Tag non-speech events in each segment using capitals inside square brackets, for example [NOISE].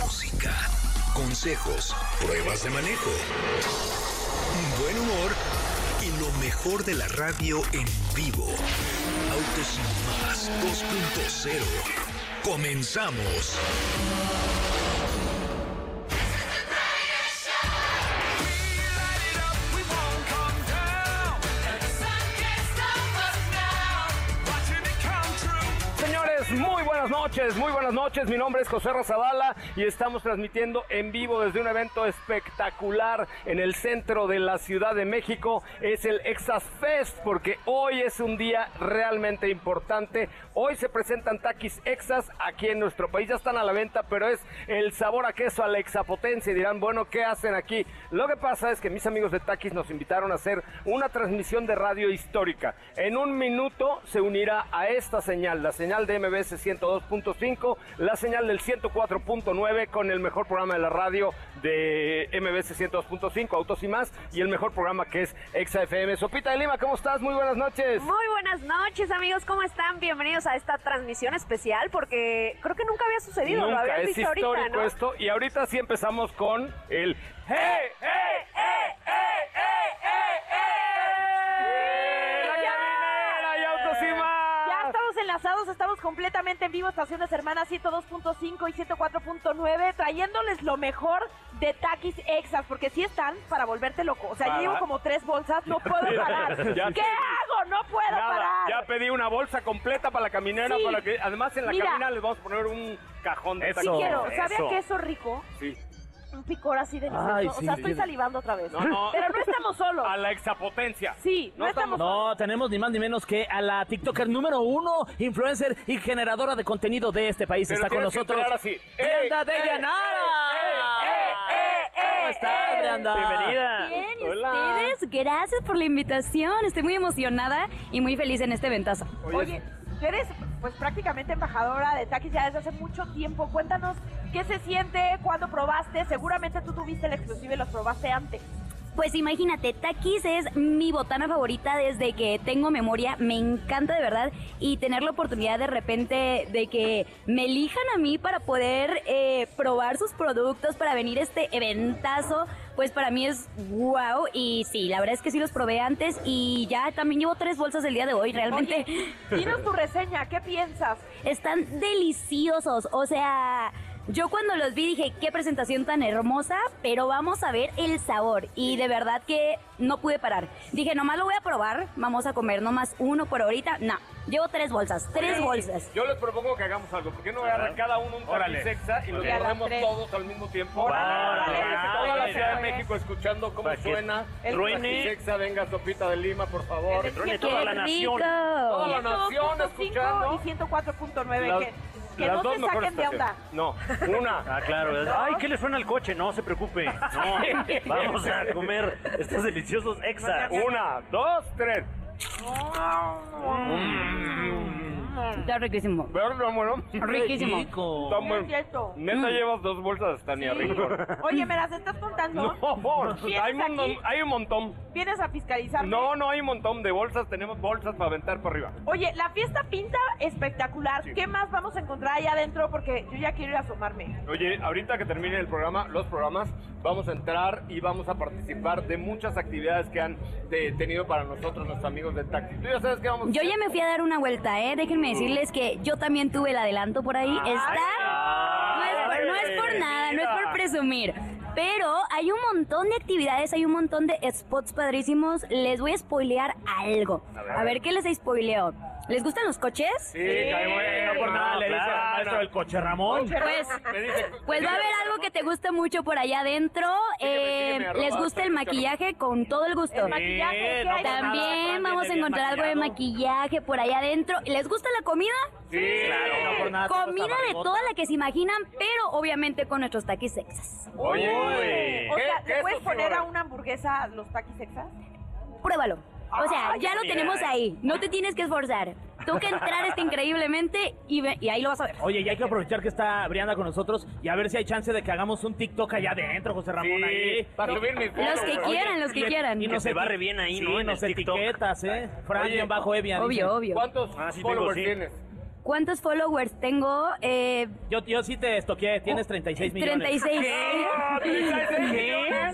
música, consejos, pruebas de manejo, buen humor y lo mejor de la radio en vivo. Autos sin más 2.0. Comenzamos. Señores, muy buenas noches, muy buenas noches. Mi nombre es José Razabala y estamos transmitiendo en vivo desde un evento espectacular en el centro de la Ciudad de México. Es el Exas Fest porque hoy es un día realmente importante. Hoy se presentan taquis Exas aquí en nuestro país. Ya están a la venta, pero es el sabor a queso a la exapotencia. Y dirán, bueno, ¿qué hacen aquí? Lo que pasa es que mis amigos de Taquis nos invitaron a hacer una transmisión de radio histórica. En un minuto se unirá a esta señal, la señal de MBS 102.5, la señal del 104.9 con el mejor programa de la radio de MBS 102.5, Autos y más, y el mejor programa que es Exa FM. Sopita de Lima, ¿cómo estás? Muy buenas noches. Muy buenas noches, amigos. ¿Cómo están? Bienvenidos a esta transmisión especial porque creo que nunca había sucedido. lo Nunca, habían es dicho histórico ahorita, ¿no? esto. Y ahorita sí empezamos con el ¡Hey, hey, hey, hey, hey, hey, hey! ¡La ¡Ya! caminera y autos y más! Eh, Ya estamos enlazados, estamos completamente en vivo, Estaciones Hermanas 102.5 y 104.9, trayéndoles lo mejor de taquis exas, porque sí están para volverte loco. O sea, Para. yo llevo como tres [LAUGHS] bolsas, no puedo parar. Ya ¿Qué te- hago? No puedo Nada, parar. ya pedí una bolsa completa para la caminera, Sí. para que además en la Mira. caminera les vamos a poner un cajón de Eso. sí tacos. quiero, ¿sabe eso. a queso rico? Sí. Un picor así delicioso. Ay, o sí, sea, estoy sí. salivando otra vez. No, no. Pero no estamos solos. A la exapotencia. Sí, no, estamos, No, tenemos ni más ni menos que a la TikToker número uno, influencer y generadora de contenido de este país. Pero Está con tienes que nosotros. entrar así. Brianda ¡Ey, de ey, Llanara. ¿Cómo estás, Brianda? Bienvenida. Bien, ¿y Hola. ustedes? Gracias por la invitación. Estoy muy emocionada y muy feliz en este ventazo. Oye, Oye, tú eres pues prácticamente embajadora de Takis ya desde hace mucho tiempo. Cuéntanos qué se siente, cuándo probaste. Seguramente tú tuviste el exclusivo y los probaste antes. Pues imagínate, Takis es mi botana favorita desde que tengo memoria. Me encanta de verdad y tener la oportunidad de repente de que me elijan a mí para poder eh, probar sus productos, para venir a este eventazo, pues para mí es wow. Y sí, la verdad es que sí los probé antes y ya también llevo tres bolsas el día de hoy. Realmente Oye, dinos tu reseña, ¿qué piensas? están deliciosos. O sea, yo cuando los vi dije, qué presentación tan hermosa, pero vamos a ver el sabor. Y de verdad que no pude parar. Dije, nomás lo voy a probar, vamos a comer nomás uno por ahorita. No, llevo tres bolsas, tres bolsas. Yo les propongo que hagamos algo. ¿Por qué no agarran cada uno un taxi Órale. sexa y lo Ok. A las ponemos tres. todos al mismo tiempo? Órale, órale, Para órale, Toda la órale. Ciudad de México escuchando cómo Para que suena el truene. taxisexa. Venga, Sopita de Lima, por favor. El de ¡Qué truene toda la rico! nación. Toda la nación 102.5 escuchando. y 104.9 Las- que, que las no dos te mejores saquen de onda. estaciones. No, una. [LAUGHS] Ah, claro. Ay, ¿qué le suena al coche? No se preocupe. No, vamos a comer estos deliciosos exas. Una, dos, tres. Mm. Está riquísimo. ¿Verdad, bueno? Riquísimo. Está Sí, bueno. es cierto. Mm. Neta llevas dos bolsas hasta ni a rincón. Oye, ¿me las estás contando? No, por- ¿Vienes hay, un aquí? montón, hay un montón. ¿Vienes a fiscalizar? No, no hay un montón de bolsas. Tenemos bolsas para aventar para arriba. Oye, la fiesta pinta espectacular. Sí. ¿Qué más vamos a encontrar allá adentro? Porque yo ya quiero ir a asomarme. Oye, ahorita que termine el programa, los programas, vamos a entrar y vamos a participar de muchas actividades que han eh, tenido para nosotros los amigos de Taxi. Tú ya sabes que vamos a Mm. Yo hacer. ya me fui a dar una vuelta, ¿eh? Déjenme decirles que yo también tuve el adelanto por ahí. Está... Ay, No es- ay, no es por nada, no es por presumir. Pero hay un montón de actividades, hay un montón de spots padrísimos. Les voy a spoilear algo. A ver, qué les spoileo. ¿Les gustan los coches? no por nada, No, le dice claro, al maestro no. del coche Ramón. Pues, pues va a haber algo que te guste mucho por allá adentro. Eh, sígueme, les arroba, gusta el maquillaje con todo el gusto. El maquillaje, ¿qué no hay? pasa nada. También Fran vamos a viene bien encontrar algo de maquillado. maquillaje por allá adentro. ¿Les gusta la comida? Sí, claro, no por nada. todos Comida de amargotas. toda la que se imaginan, pero obviamente con nuestros taquis extras. Oye, O sea, ¿qué- ¿le qué puedes eso, poner a señora? una hamburguesa los taquis extras? Pruébalo. O sea, Ay, ya lo mira, tenemos eh. ahí. No te tienes que esforzar. Toca entrar este increíblemente y, ve- y ahí lo vas a ver. Oye, y hay que aprovechar que está Brianda con nosotros y a ver si hay chance de que hagamos un TikTok allá adentro, José Ramón, Sí, ahí. para subir mis Los fotos, que güey. quieran, los que quieran. Que se eti- barre bien ahí, sí, ¿no? En nos el TikTok. etiquetas, ¿eh? Fran, Oye, guión bajo Evian. dice. Obvio, obio. ¿Cuántos Ah, sí tengo, followers sí. tienes? ¿Cuántos followers tengo? Eh, Yo, yo sí te estoqué, tienes 36 millones. 36. [LAUGHS] ¿Qué?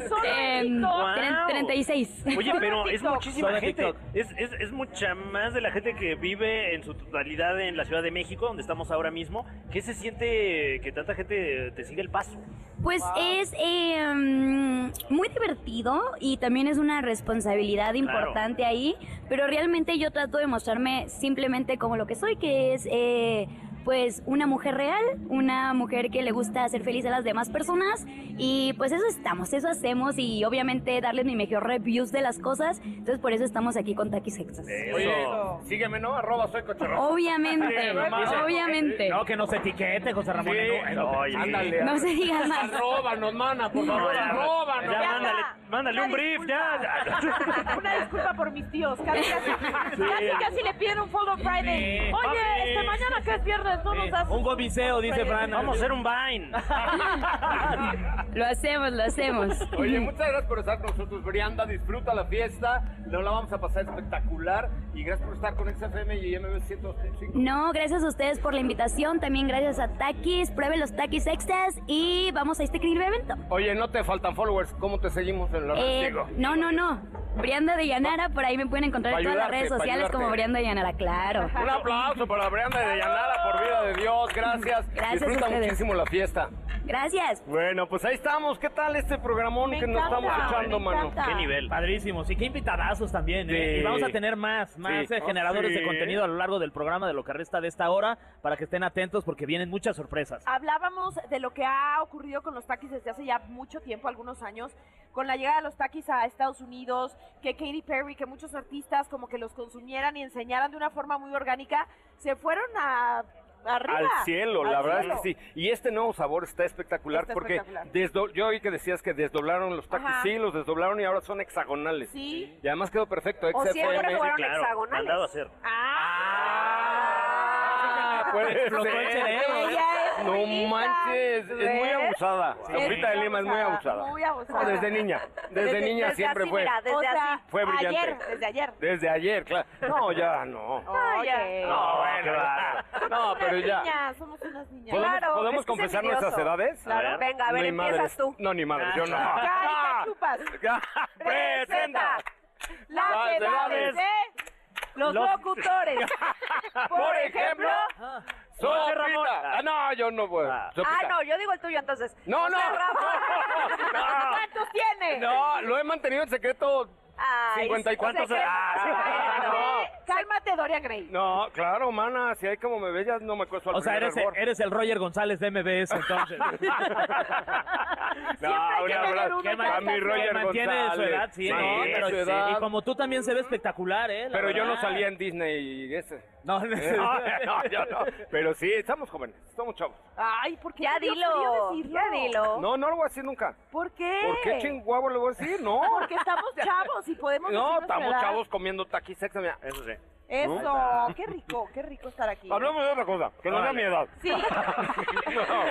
Solo Eh, en TikTok. Wow. tre- 36. Oye, Solo pero en es TikTok. muchísima Solo en gente. TikTok. Es, es, es mucha más de la gente que vive en su totalidad en la Ciudad de México, donde estamos ahora mismo. ¿Qué se siente que tanta gente te sigue el paso? Pues es eh, mm, muy divertido y también es una responsabilidad importante ahí, pero realmente yo trato de mostrarme simplemente como lo que soy, que es eh, pues una mujer real, una mujer que le gusta hacer feliz a las demás personas y pues eso estamos, eso hacemos y obviamente darles mi mejor reviews de las cosas, entonces por eso estamos aquí con Taquis Extras. Oye, Eso. sígueme, ¿no? Arroba soy cocherrón. Obviamente, Sí, mamá. obviamente. No, que nos etiquete, José Ramón. Sí, en- en- oye. ándale. [LAUGHS] No se diga más. Arróbanos, mana, por favor, ya, arróbanos. ya, Ya, mándale, ya. mándale Una un brief, ya. Una disculpa por mis tíos. Casi casi, casi, casi le piden un follow Friday. Sí, Oye, este mañana que es viernes, no nos das Un bobiceo, dice Fran. Vamos a hacer un Vine. Lo hacemos, lo hacemos. Oye, muchas gracias por estar con nosotros, Brianda. Disfruta la fiesta. Nos la vamos a pasar espectacular. Y gracias por estar con XFM y MB 105. No, gracias a ustedes por la invitación. También gracias a Takis. Prueben los Takis extras y vamos a este increíble evento. Oye, no te faltan followers. ¿Cómo te seguimos en la red, Eh, Diego? no, no, no. Brianda de Llanara, por ahí me pueden encontrar Pa' en todas las ayudarte, redes pa' sociales como ayudarte. Brianda de Llanara, claro. Un aplauso para Brianda de Yanara, por vida de Dios. [LAUGHS] Gracias. Gracias a Disfruta ustedes. muchísimo la fiesta. Gracias. Bueno, pues ahí estamos. ¿Qué tal este programón Me que nos encanta, estamos echando, me mano? encanta. ¿Qué nivel? Padrísimos. Y qué invitadazos también, ¿eh? Sí. Y vamos a tener más, más Sí. Oh, eh, generadores Sí. de contenido a lo largo del programa de lo que resta de esta hora para que estén atentos porque vienen muchas sorpresas. Hablábamos de lo que ha ocurrido con los taquis desde hace ya mucho tiempo, algunos años, con la llegada de los taquis a Estados Unidos, que Katy Perry, que muchos artistas como que los consumieran y enseñaran de una forma muy orgánica, se fueron a arriba. Al cielo, la al verdad cielo. es que sí. Y este nuevo sabor está espectacular Está porque espectacular. desdo- yo oí que decías que desdoblaron los taquis. Ajá. Sí, los desdoblaron y ahora son hexagonales. Sí. Y además quedó perfecto. O XFM. siempre fueron hexagonales. mandado a hacer. Ah, puede Explotó ser. el cerebro, Ella es No frita, manches, es muy ¿ves? abusada. La frita de Lima es muy abusada. Muy abusada. No, desde niña, desde, niña desde siempre así, fue. mira, desde O sea, así. Fue brillante. Ayer, desde ayer. Desde ayer, claro. No, ya no. Oye. No, bueno, ya. No, Somos pero unas ya. niñas, somos unas niñas. ¿Podemos, Claro, ¿podemos es que es confesar envidioso. nuestras edades? Claro. Venga, a ver, Ni empiezas madres. tú. Ah. No, ni madre, yo no. [LAUGHS] Cari, chupas. Ah, ¡Presenta! Las Las edades edades de los los- locutores. [LAUGHS] [LAUGHS] Por ejemplo, José Ramón. Sofita. Ah, no, yo no puedo. Ah, Sofita. no, yo digo el tuyo entonces. [LAUGHS] No, no. José [LAUGHS] Ramón. ¿Cuántos tiene? No, lo he mantenido en secreto. Ay, 50 y cuántos. sé que- Ah, Cálmate, Cálmate, Doria Gray. [LAUGHS] No, [LAUGHS] claro, mana, si hay como me bellas, no me cuesto al O sea, primer eres el, hervor. eres el Roger González [LAUGHS] de MBS, entonces. Siempre hay que tener uno Que que man- a mi mantiene- Roger que mantiene González. su edad, sí, Sí, ¿no? su Pero, edad. Y como tú también se ve espectacular, ¿eh? La Pero yo no verdad. salía en Disney y ese. No, no, Eh, No, no, yo no. Pero sí, estamos jóvenes, estamos chavos. Ay, ¿por qué? Ya Dios dilo, mío, decirlo? ya dilo. No, no lo voy a decir nunca. ¿Por qué? ¿Por qué chinguavo le voy a decir? [LAUGHS] No. Ah, Porque estamos chavos y podemos decir No, nuestra estamos edad. chavos comiendo taquis sexo, mira. Eso sí. Eso, qué rico, qué rico estar aquí. Hablemos de otra cosa, que no sea mi edad. [LAUGHS] Sí,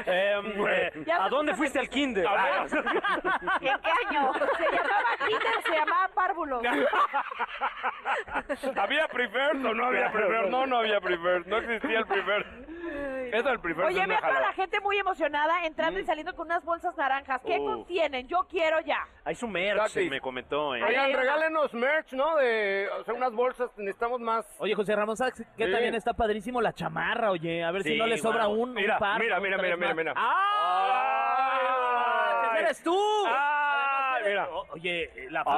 Em, eh, Ya ¿A me dónde fuiste al kinder? Ah, ¿en qué año? Se llamaba Kinder, se llamaba [LAUGHS] Párvulo. ¿Había prefer o no había prefer? No, no había prefer, no existía el prefer. Eso el primero Oye, [LAUGHS] es una veo a toda jalada. la gente muy emocionada Mm. entrando y saliendo con unas bolsas naranjas. ¿Qué Uh. contienen? Yo quiero ya. Hay su merch, Tatis. me comentó. ¿eh? Oigan, regálenos merch, ¿no? De, o sea, unas bolsas, necesitamos más. Oye, José Ramón, ¿sabes qué Sí. también está padrísimo? La chamarra, oye. A ver si Sí, no le sobra guau. un, un Mira, par. mira, [LAUGHS] dos, mira, tres mira, más. mira. ¡Ah! Ay. ¡Ese eres tú! ¡Ay, mira! Ah. O- Oye, la Ay,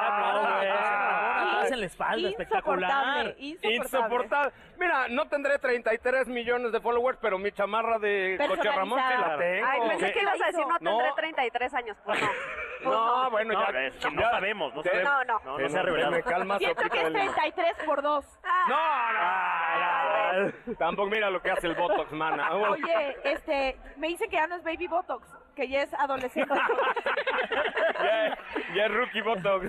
la cara de José Ramón atrás en la espalda, espectacular. Insoportable, insoportable. Insoportable. Mira, no tendré 33 millones de followers, pero mi chamarra de Coche Personalizada. Ramón sí la tengo. Ay, pensé ¿Qué? que ibas a decir, no No. tendré 33 años, pues [LAUGHS] no. No, bueno, No, ya. es que no ya- sabemos, no te- sabemos. No, no. no se ha revelado. Me calmas, Siento que es 33 por 2. No, no, no, no. [LAUGHS] Tampoco mira lo que hace el Botox, [LAUGHS] mana. Oye, este, me dicen que ya no es baby botox, que ya es adolescente. ya, ya es rookie Botox.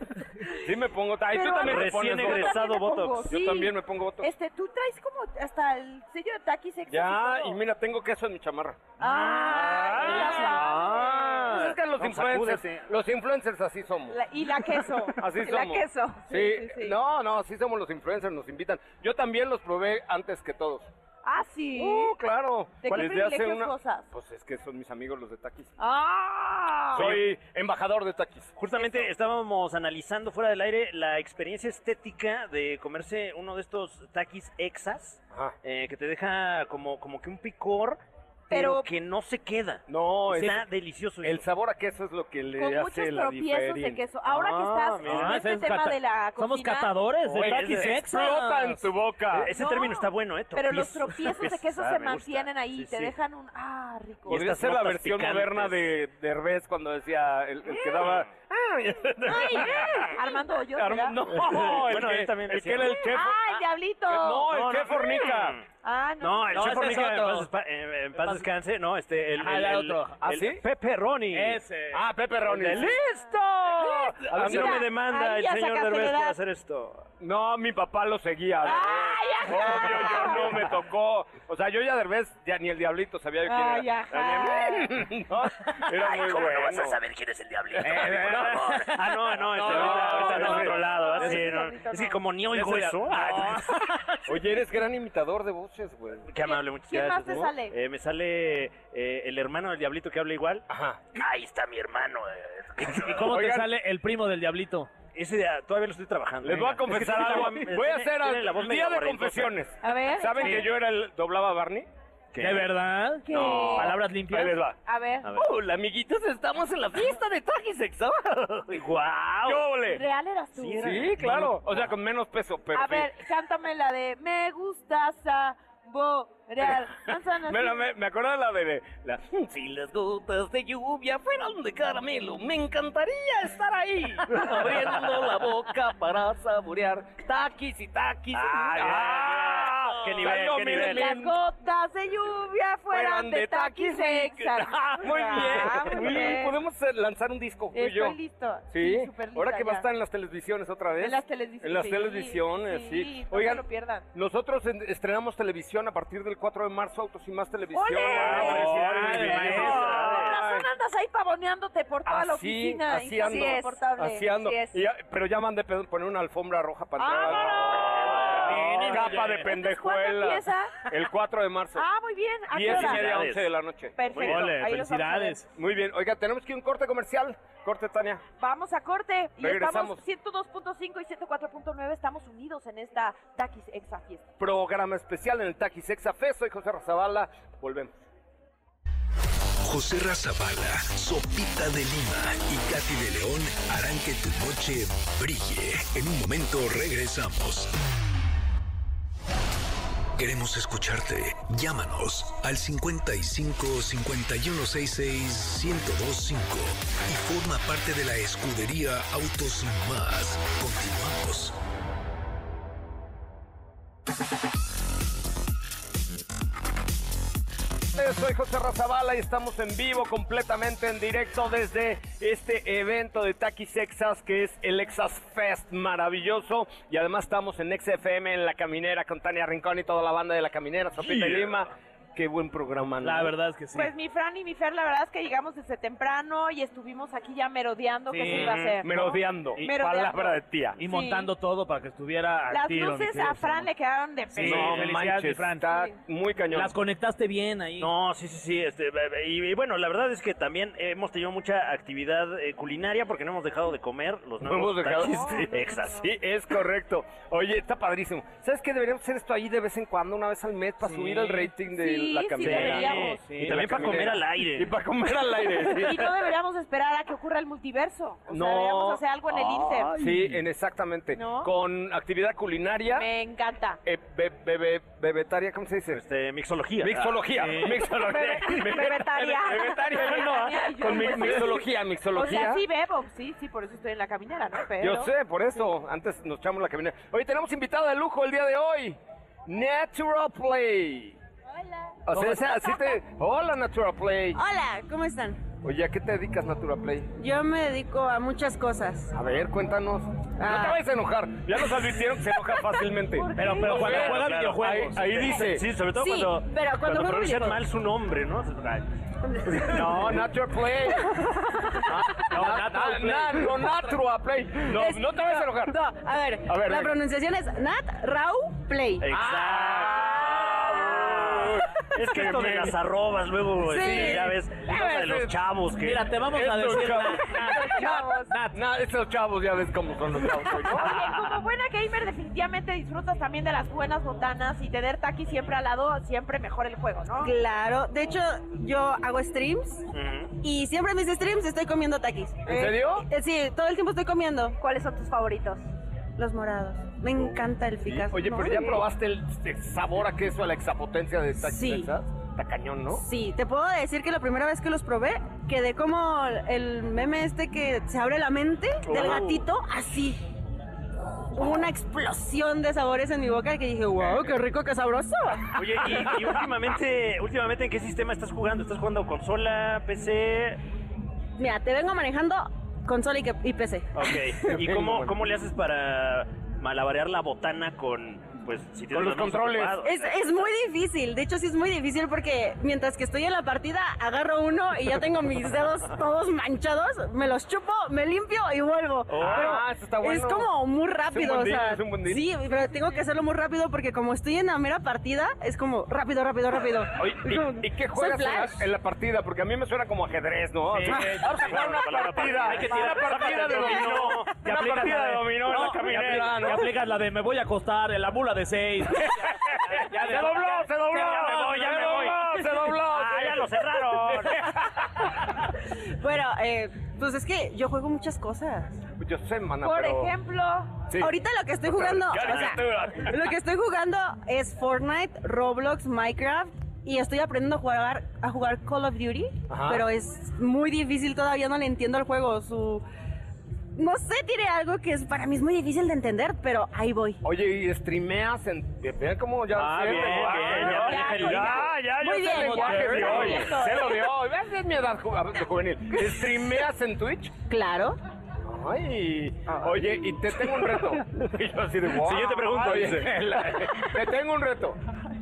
Sí me pongo... Ay, tú Pero también te antes- pones Recién Yo Botox. egresado. también me Botox. pongo, Yo sí. también me pongo Botox. Este, tú traes como hasta el sello de taquis sexy. Ya, todo. y mira, tengo queso en mi chamarra. Ay, ya Ah, sabes. pues es que los No, influencers, sacúdete. los influencers así somos. La- [LAUGHS] y la queso. Así la somos. queso. Sí, sí, sí. no, no, así somos los influencers, nos invitan. Yo también los probé antes que todos. Ah, sí. Uh, claro. ¿De qué privilegios gozas? Pues es que son mis amigos los de Takis. Ah. Soy embajador de Takis. Justamente estábamos analizando fuera del aire la experiencia estética de comerse uno de estos taquis exas Ajá. eh, que te deja como, como que un picor, Pero- pero, que no se queda. No, es- Está delicioso. el eso. sabor a queso es lo que le con hace muchos la tropiezos de diferencia. queso. Ahora que estás mira. en Ah, este esos tema cata- de la cocina, Somos catadores de Oye, taquis extras. explota en tu boca. Ese No, término está bueno, ¿eh? pero los Tropiezos. tropiezos de queso Ah, se me gusta. mantienen ahí, Sí, te sí. dejan un ah rico. Podría estas ser la notas versión picantes. Eh. moderna de, de Herbes cuando decía el, el que daba. Armando Hoyos, ¿verdad? Arm- No, el [LAUGHS] Bueno, que, él también el decía. que era el chef. Eh, Ah, el diablito. No, el No, chef no. fornica. Ah, no. No, el No, chef ese es Fornica, en otro. pues, paz, despa- eh, en- en paz descanse, no, este, el, Ajá, el, era el- otro. ¿Ah, el sí? Pepe Roni. Ese. Ah, Pepe Roni. De ¡Listo! A mí no Mira, me demanda ahí el ya señor sacaste la Derbez por edad. hacer esto. No, mi papá lo seguía. Ah, Ay, ajá. Obvio, yo no me tocó. O sea, yo ya de vez, ya ni el diablito sabía de quién Ah, Ay, era. ajá. [LAUGHS] No, era muy bueno. quién es el diablito? ah, Eh, no, no, No, este, ahorita, ahorita no, no, no, otro lado. no, así, ese no. diablito Es que no. como ni oigo Ese eso. ah, Oye, eres gran imitador de voces, güey. Qué amable, muchas ¿Quién gracias. más te ¿no? sale? Eh, me sale eh, el hermano del diablito que habla igual. Ajá. Ahí está mi hermano. eh. ¿Y cómo Oigan. te sale el primo del diablito? Ese de- todavía lo estoy trabajando. Les voy a venga. Es que confesar tiene algo. la voz- Voy a tiene- hacer tiene la voz el medio día de aparentosa. confesiones. A ver. ¿Saben échale. que yo era el doblaba a Barney? ¿Qué? ¿De verdad? ¿Qué? ¿Palabras Ahí les limpias? va. A ver. A ver. Hola, amiguitos, estamos en la fiesta de Taki Sexo. ¡Guau! ¡Qué ole! ¿Real eras tú? Sí, claro. O sea, con menos peso, pero. A sí. ver, cántame la de Me gusta [LAUGHS] saborear. manzanas". Mira, me, me acuerdo de la de la- [LAUGHS] Si las gotas de lluvia fueran de caramelo, me encantaría estar ahí, abriendo la boca para saborear taquis y taquis. ¡Ah! ¡Qué nivel, Salió, qué miren, nivel! Las miren. gotas de lluvia fueran Fueran de de taquis exas. [LAUGHS] Ah, Muy Ah, bien. Muy bien. Podemos eh, lanzar un disco. tú y yo. Estoy listo. Sí, súper lista ahora que va a ya. estar en las televisiones otra vez. En las televisiones. En las sí, televisiones, sí. no Oigan, se lo pierdan. Nosotros en- estrenamos televisión a partir del 4 de marzo, Autos y Más Televisión. ¡Ole! Ah, felicidades, ¡Ole! Con maestra. razón andas ahí pavoneándote por toda la Así, oficina. así ando, insoportable. así ando. así es. Y ya- pero ya mandé pe- poner una alfombra roja para Ah, ¡Vámonos! entrar. Capa de Entonces, ¿cuándo pendejuela. empieza? El 4 de marzo. Ah, muy bien. ¿A qué 10 y hora? media, 11 de la noche. Perfecto. Ole, ahí los vamos a ver. felicidades. Muy bien, oiga, tenemos que ir a un corte comercial. Corte, Tania. Vamos a corte. Y Regresamos. estamos 102.5 y 104.9. Estamos unidos en esta Taquis Exa Fiesta. Programa especial en el Taqui Sexa Fest. Soy José Razabala. Volvemos. José Razabala, Sopita de Lima y Katy de León harán que tu noche brille. En un momento regresamos. Queremos escucharte. Llámanos al 55 5166 1025 y forma parte de la escudería Autos y Más. Continuamos. Yo Soy José Razabala y estamos en vivo, completamente en directo desde este evento de Taquis Exas, que es el Exas Fest maravilloso. Y además estamos en XFM, en La Caminera, con Tania Rincón y toda la banda de La Caminera, Sopita y Lima. qué buen programa. ¿no? La verdad es que sí. Pues mi Fran y mi Fer, la verdad es que llegamos desde temprano y estuvimos aquí ya merodeando que Sí, se iba a hacer. ¿no? Merodeando, Y- palabra de tía. Y montando todo para que estuviera al Las tiro, mi luces querido a Fran le quedaron de Sí, pelo. no felicidades, mi manches, Fran. está Sí. muy cañón. Las conectaste bien ahí. No, sí, sí, sí. Este, be- be- y, y bueno, la verdad es que también hemos tenido mucha actividad eh, culinaria porque no hemos dejado de comer los No nuevos hemos dejado. taquis de Texas. Sí, es correcto. Oye, está padrísimo. ¿Sabes qué? Deberíamos hacer esto ahí de vez en cuando, una vez al mes, para Sí. subir el rating de Sí, la sí, caminera. deberíamos. Sí, Y también la para comer caminera. al aire. Y para comer al aire. sí. Y no deberíamos esperar a que ocurra el multiverso. O sea, deberíamos hacer algo en el Inter. Ay. Sí, en exactamente. ¿No? Con actividad culinaria, Me encanta. eh, be- bebe- bebetaria, ¿cómo se dice? Este, mixología. Ah, Mixología, mixología. Bebe- bebetaria. Bebetaria, no. Con mi- mixología, O mixología. sea, sí bebo, sí, sí, por eso estoy en la caminera, ¿no? Pero... Yo sé, por eso. Antes nos echamos la caminera. Oye, tenemos invitada de lujo el día de hoy. Natural Play. Hola. O sea, esa- así te... Hola, Natural Play. Hola, ¿cómo están? Oye, ¿a qué te dedicas, Natural Play? Yo me dedico a muchas cosas. Ah. A ver, cuéntanos. No te vayas a enojar. Ya nos advirtieron que se [LAUGHS] enoja fácilmente. Pero, pero cuando Claro, juegan claro. videojuegos. Ahí- ahí dice. Sí, sobre todo Sí, cuando, pero cuando juegan pronuncian videojuegos. mal su nombre, ¿no? Ay, [LAUGHS] No, Natural [LAUGHS] Play. no, Na- natural play. na- No, Natural Play. No, Es- no te vayas a enojar. No, a ver, A ver, la venga. pronunciación es Nat Rau [LAUGHS] Play. Exacto. Es que esto de las arrobas luego, Sí. este, ya ves, cosa de los chavos que... Mira, te vamos a [LAUGHS] Estos decir. chavos. Chavos. Nah, estos chavos ya ves cómo son los chavos. hoy, [LAUGHS] ¿no? Oye, como buena gamer definitivamente disfrutas también de las buenas botanas y tener taqui siempre al lado siempre mejora el juego, ¿no? Claro, de hecho yo hago streams Ujú. y siempre en mis streams estoy comiendo taquis. ¿En serio? Eh, sí, todo el tiempo estoy comiendo ¿Cuáles son tus favoritos? los morados. Me encanta el Sí, picas. Oye, ¿no? pero ya probaste el este sabor a queso, a la exapotencia de esta Sí. Está cañón, ¿no? Sí, te puedo decir que la primera vez que los probé quedé como el meme este que se abre la mente del Oh. gatito así. Hubo una explosión de sabores en mi boca que dije, wow, qué rico, qué sabroso. Oye, y, y últimamente, últimamente, ¿en qué sistema estás jugando? ¿Estás jugando consola, PC? Mira, te vengo manejando consola y, que- y PC. Ok. ¿Y Vengo, cómo, bueno. cómo le haces para malabarear la botana con, pues, si tienes Con los manos controles. ocupadas? Es, es muy difícil, de hecho sí es muy difícil porque mientras que estoy en la partida agarro uno y ya tengo mis dedos todos manchados, me los chupo, me limpio y vuelvo. ah, eso está bueno. Es como muy rápido, buen o deal, sea, es un buen deal. sí, pero tengo que hacerlo muy rápido porque como estoy en la mera partida es como rápido, rápido, [LAUGHS] rápido. Oye, Es como, ¿y, y qué soy juegas en Flash. la, en la partida? Porque a mí me suena como ajedrez, ¿no? Sí, Así, sí, vamos a sí, jugar sí, una la palabra partida. partida. Una partida de dominó. Te Una aplicas partida la de de- dominó en la No, te caminera, [LAUGHS] Te ¿no? aplicas la de me voy a acostar en la mula [LAUGHS] de seis. Ya ¡Se de- dobló, se dobló! Ya me voy, ya ¡Se me voy. dobló, se dobló! Ah, ya lo cerraron. [LAUGHS] Bueno, eh, pues es que yo juego muchas cosas. Yo sé, mana, Por pero... ejemplo, sí. Ahorita lo que estoy jugando, Ya o sea, dijiste. lo que estoy jugando es Fortnite, Roblox, Minecraft y estoy aprendiendo a jugar a jugar Call of Duty, Ajá. pero es muy difícil todavía no le entiendo el juego, su no sé, tiene algo que es para mí es muy difícil de entender, pero ahí voy. Oye, y streameas en... Vean cómo ya... Ah, sé el bien, lenguaje. bien, ya maneja el Ya, ya, ya Muy sé el bien, lenguaje de Monterrey. hoy. Se lo dio. Ves, es mi edad ju- a ver, de juvenil. ¿Streameas en Twitch? Claro. Ay, oye, y te tengo un [LAUGHS] reto. Y yo así de, wow. Siguiente pregunta, [LAUGHS] dice. la- te tengo un reto.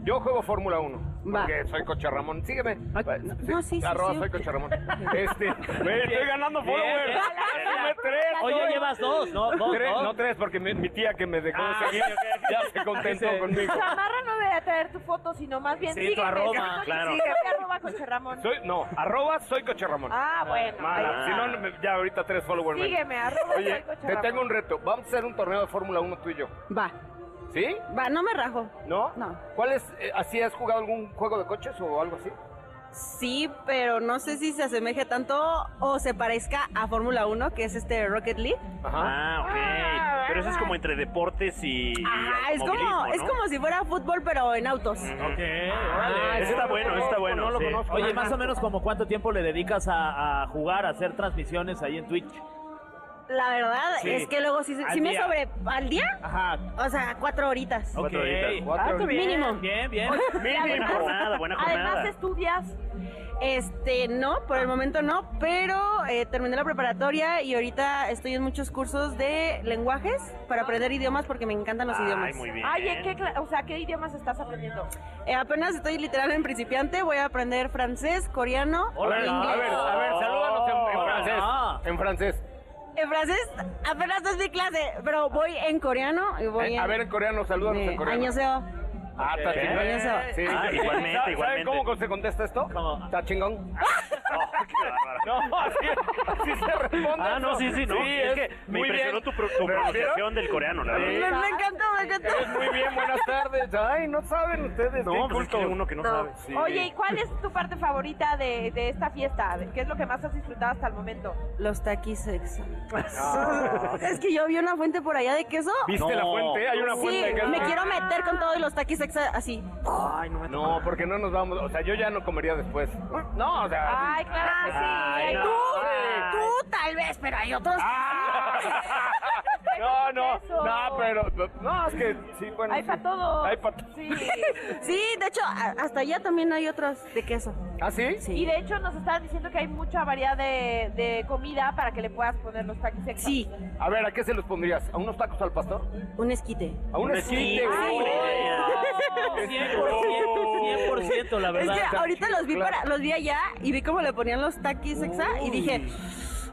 Yo juego Fórmula 1. Va. Porque soy Coche Ramón. Sígueme. Ah, no, sí, sí, Arroba sí. soy Coche [LAUGHS] Ramón. Este, güey, estoy ganando Bien, followers. bien. Dame tres. Oye, güey. llevas dos, ¿no? Dos, Tres, dos. no tres, porque mi, mi tía que me dejó de Ah, seguir ok, ok, ok. ya se [LAUGHS] contentó Dice- conmigo. Chamarra no debería traer tu foto, sino más bien Sí, tu sígueme. arroba, ¿no? claro. Sígueme, arroba José Ramón. Soy, no, arroba soy Coche Ramón. Ah, bueno. Mala. Ah. Si no, no, me- ya ahorita tres followers. menos. Sígueme, arroba Oye, soy Coche te Ramón. tengo un reto. Vamos a hacer un torneo de Fórmula 1 tú y yo. Va. ¿Sí? Va, no me rajo. ¿No? No. ¿Cuál es, eh, así has jugado algún juego de coches o algo así? Sí, pero no sé si se asemeje tanto o se parezca a Fórmula 1, que es este Rocket League. Ah, ok. Pero eso es como entre deportes y. y Ah, es como automovilismo, es ¿no? como si fuera fútbol pero en autos. Ok, Ah, órale. ese está bueno, ese está bueno, No lo sí. conozco. Oye, más o menos como cuánto tiempo le dedicas a, a jugar, a hacer transmisiones ahí en Twitch. La verdad Sí. es que luego si, Al si me día. sobre al día, Ajá. o sea, cuatro horitas. Ok. Cuatro horitas. pues Cuatro Ah, tú bien, [LAUGHS] Mínimo. Bien, bien. Buena jornada, buena jornada. Además estudias. Este, no, por el momento no, pero eh, terminé la preparatoria y ahorita estoy en muchos cursos de lenguajes para aprender idiomas porque me encantan los idiomas. Ay, ¿en qué, cla- o sea, ¿qué idiomas estás aprendiendo? Eh, apenas estoy literal en principiante, voy a aprender francés, coreano, Hola, e a inglés. ver, a ver, salúdanos en, en francés. Ah. En francés. En francés apenas no es mi clase, pero voy en coreano y voy Eh, en... a ver, en coreano, salúdanos en coreano. Añoseo. Ah, está Ok. chingón. Añoseo. Sí. Ah, igualmente, ¿Sabe- igualmente. ¿Saben cómo se contesta esto? Está chingón. No, así, así se responde. Ah, no, eso. sí, sí, no. es, que me muy impresionó bien. tu, pro- tu ¿Me pronunciación vieron? del coreano, la Sí. verdad. Me encantó, me encantó. Eres muy bien, buenas tardes. Ay, no saben ustedes. No, qué pues es que cultos. hay uno que no No. sabe. Sí. Oye, ¿y cuál es tu parte favorita de, de esta fiesta? ¿Qué es lo que más has disfrutado hasta el momento? Los taquis ex. Ah. es que yo vi una fuente por allá de queso. ¿Viste la fuente? Hay una fuente Sí, de queso. me quiero meter con todos los taquis ex así. Ay, no me No, porque no nos vamos. O sea, yo ya no comería después. No, o sea. Ay, claro que sí. Ay, Ah. no. tú, tú tal vez, pero hay otros. No, no, no, pero. No, es que sí, bueno. Hay sí. pa' todo. Hay para todo. Sí. Sí, de hecho, a- hasta allá también hay otros de queso. ¿Ah, sí? Y de hecho nos estaban diciendo que hay mucha variedad de, de comida para que le puedas poner los taquis extra. Sí. A ver, ¿a qué se los pondrías? ¿A unos tacos al pastor? Un esquite. ¿A un Un esquite? esquite. Ay, [LAUGHS] ¡Oh! 100%, 100%, la verdad. Es que ahorita los vi, Claro. para, los vi allá y vi cómo le ponían los taquis exa y dije...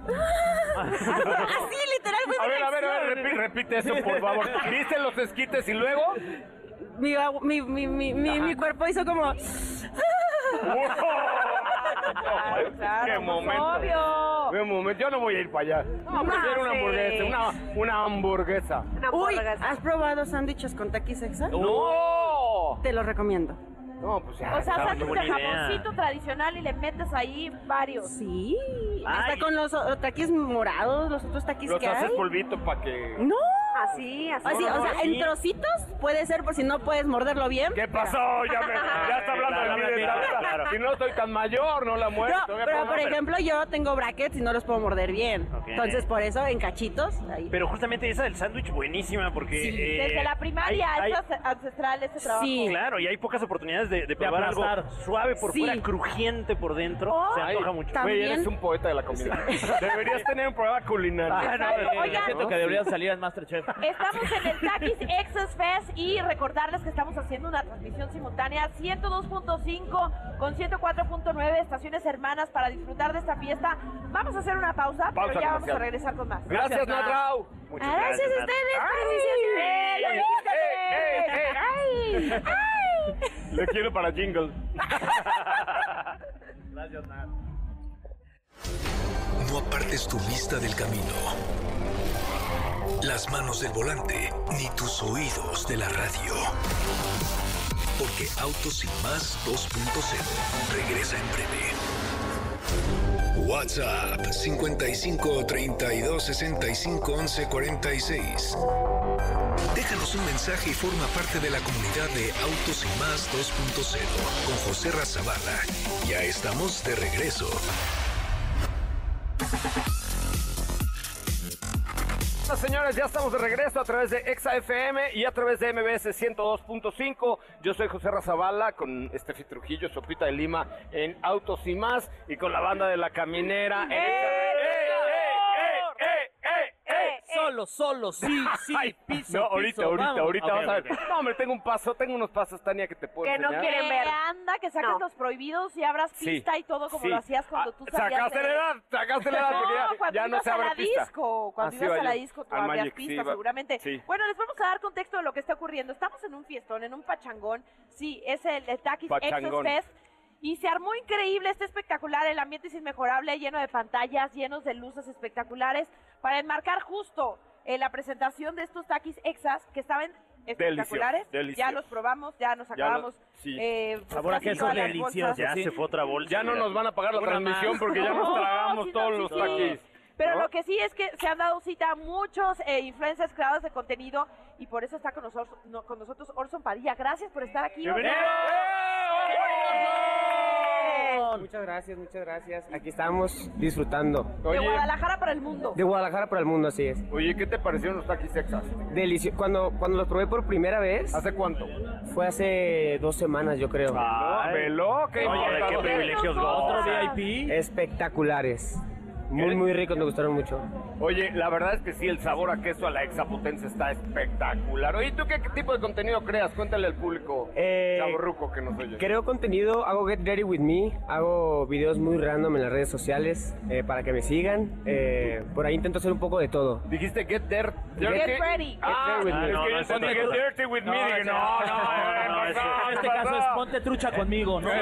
"Ah". Así, literal, fue A mi ver, a ver, a ver, repi- reacción. repite, eso, por favor. ¿Viste los esquites y luego? Mi, agu- mi, mi, mi, mi, mi cuerpo hizo como... [LAUGHS] "Ah". [LAUGHS] ¡Qué momento! obvio. ¡Qué momento! Yo no voy a ir para allá. pues, No, Prefiero una sí. hamburguesa, una, una hamburguesa. Uy, ¿has probado sándwiches con taquis exa? ¡No! Te los recomiendo. No, pues ya. O sea, está sacas muy el buena idea. jamoncito tradicional y le metes ahí varios. Sí. Hasta con los o- taquis morados, los otros taquis Los que hay. haces polvito para que. No. Así, así. Así, o sea, en trocitos puede ser por si no puedes morderlo bien. ¿Qué pasó? Ya, me, ya está hablando de mí. de esta- Si no estoy tan mayor, no la muero. No, todavía pero puedo- por ejemplo yo tengo brackets y no los puedo morder bien. Entonces por eso en cachitos. ahí. Pero justamente esa del sándwich buenísima porque... eh, Desde la primaria hay- es hay- ance- ancestral este trabajo. Claro, y hay pocas oportunidades de, de probar algo aplastar. suave por Sí. fuera, crujiente por dentro. Oh, se Ay, antoja mucho. Güey, eres un poeta de la comida. [LAUGHS] Deberías tener un programa culinario. Ah, no, Exacto, eh, oigan. siento que deberías salir en Masterchef. Estamos en el Takis Excess Fest y recordarles que estamos haciendo una transmisión simultánea 102.5 con 104.9 estaciones hermanas para disfrutar de esta fiesta. Vamos a hacer una pausa, Pausa pero ya vamos comercial. a regresar con más. Gracias, Natrau. Muchas gracias, Gracias a Nat. ustedes por Ay, iniciativa. eh, eh, ¡Ya viste! eh, eh. ¡Ay! Lo quiero para jingle. Gracias, Nat. No apartes tu vista del camino, las manos del volante, ni tus oídos de la radio. Porque Autos sin más 2.0 regresa en breve. WhatsApp 55 32 65 11 46. Déjanos un mensaje y forma parte de la comunidad de Autos y Más 2.0 con José Razabala. Ya estamos de regreso. Bueno, Señores, ya estamos de regreso a través de Exa FM y a través de MBS 102.5. Yo soy José Razabala con Estefi Trujillo, Sopita de Lima en Autos y más y con la banda de la caminera. en ¡Eh! Solo, solo, sí, sí, piso. No, ahorita, piso, ahorita, vamos. ahorita Ok, vas a ver. ok. No, hombre, tengo un paso, tengo unos pasos, Tania, que te puedo Que no enseñar. quieren ver. Anda, que saques No. los prohibidos y abras Sí. pista y todo como Sí. lo hacías cuando Ah, tú sabías. sacaste de- la edad, sacaste la edad, porque ya- No, cuando ya no ibas se a abre la pista. disco, cuando Ah, sí, ibas a iba la yo. disco, tú Al abrías Magic, sí, pista iba. seguramente. Sí. Bueno, les vamos a dar contexto de lo que está ocurriendo. Estamos en un fiestón, en un pachangón. Sí, es el eh, Takis Excess Pachangón. Fest. Y se armó increíble, está espectacular, el ambiente es inmejorable, lleno de pantallas, llenos de luces espectaculares, para enmarcar justo eh, la presentación de estos taquis exas que estaban espectaculares. delicioso. Ya los probamos, ya nos Ya acabamos. lo- sí. eh, pues, Sabor a casi queso todas las delicioso. bolsas. Ya se fue otra bolsa. Ya no nos van a pagar la Una transmisión más. porque ya nos No, tragamos sí, no, todos sí, los sí. taquis. Pero ¿no? lo que sí es que se han dado cita a muchos eh, influencers creadores de contenido y por eso está con nosotros, no- con nosotros Orson Padilla. Gracias por estar aquí. ¡Bienvenido! Orson. ¡Eh! León. Muchas gracias, muchas gracias. Aquí estamos disfrutando. De Guadalajara para el mundo. De Guadalajara para el mundo, así es. Oye, ¿qué te parecieron los taquis Texas? Delicio cuando, cuando los probé por primera vez. ¿Hace cuánto? Ah, Fue hace dos semanas, yo creo. Ay, velo, qué Oye, qué importante. privilegios, ¿Otro gozas. VIP? Espectaculares. Muy, muy ricos, me gustaron mucho. Oye, la verdad es que sí, el sabor a queso a la exapotense está espectacular. Oye, ¿tú qué, qué tipo de contenido creas? Cuéntale al público Eh, chavorruco que nos oye. Creo contenido, hago Get Ready With Me, hago videos muy random en las redes sociales eh, para que me sigan. Eh, por ahí intento hacer un poco de todo. Dijiste get there. Get ready. Ah, Get ready with es me. No, que no, yo ese entendí no. get dirty with me. No, Dije, ese no, no. no, eh, No, ese- pasó, en este pasó. caso es ponte trucha conmigo, ¿no? Sí.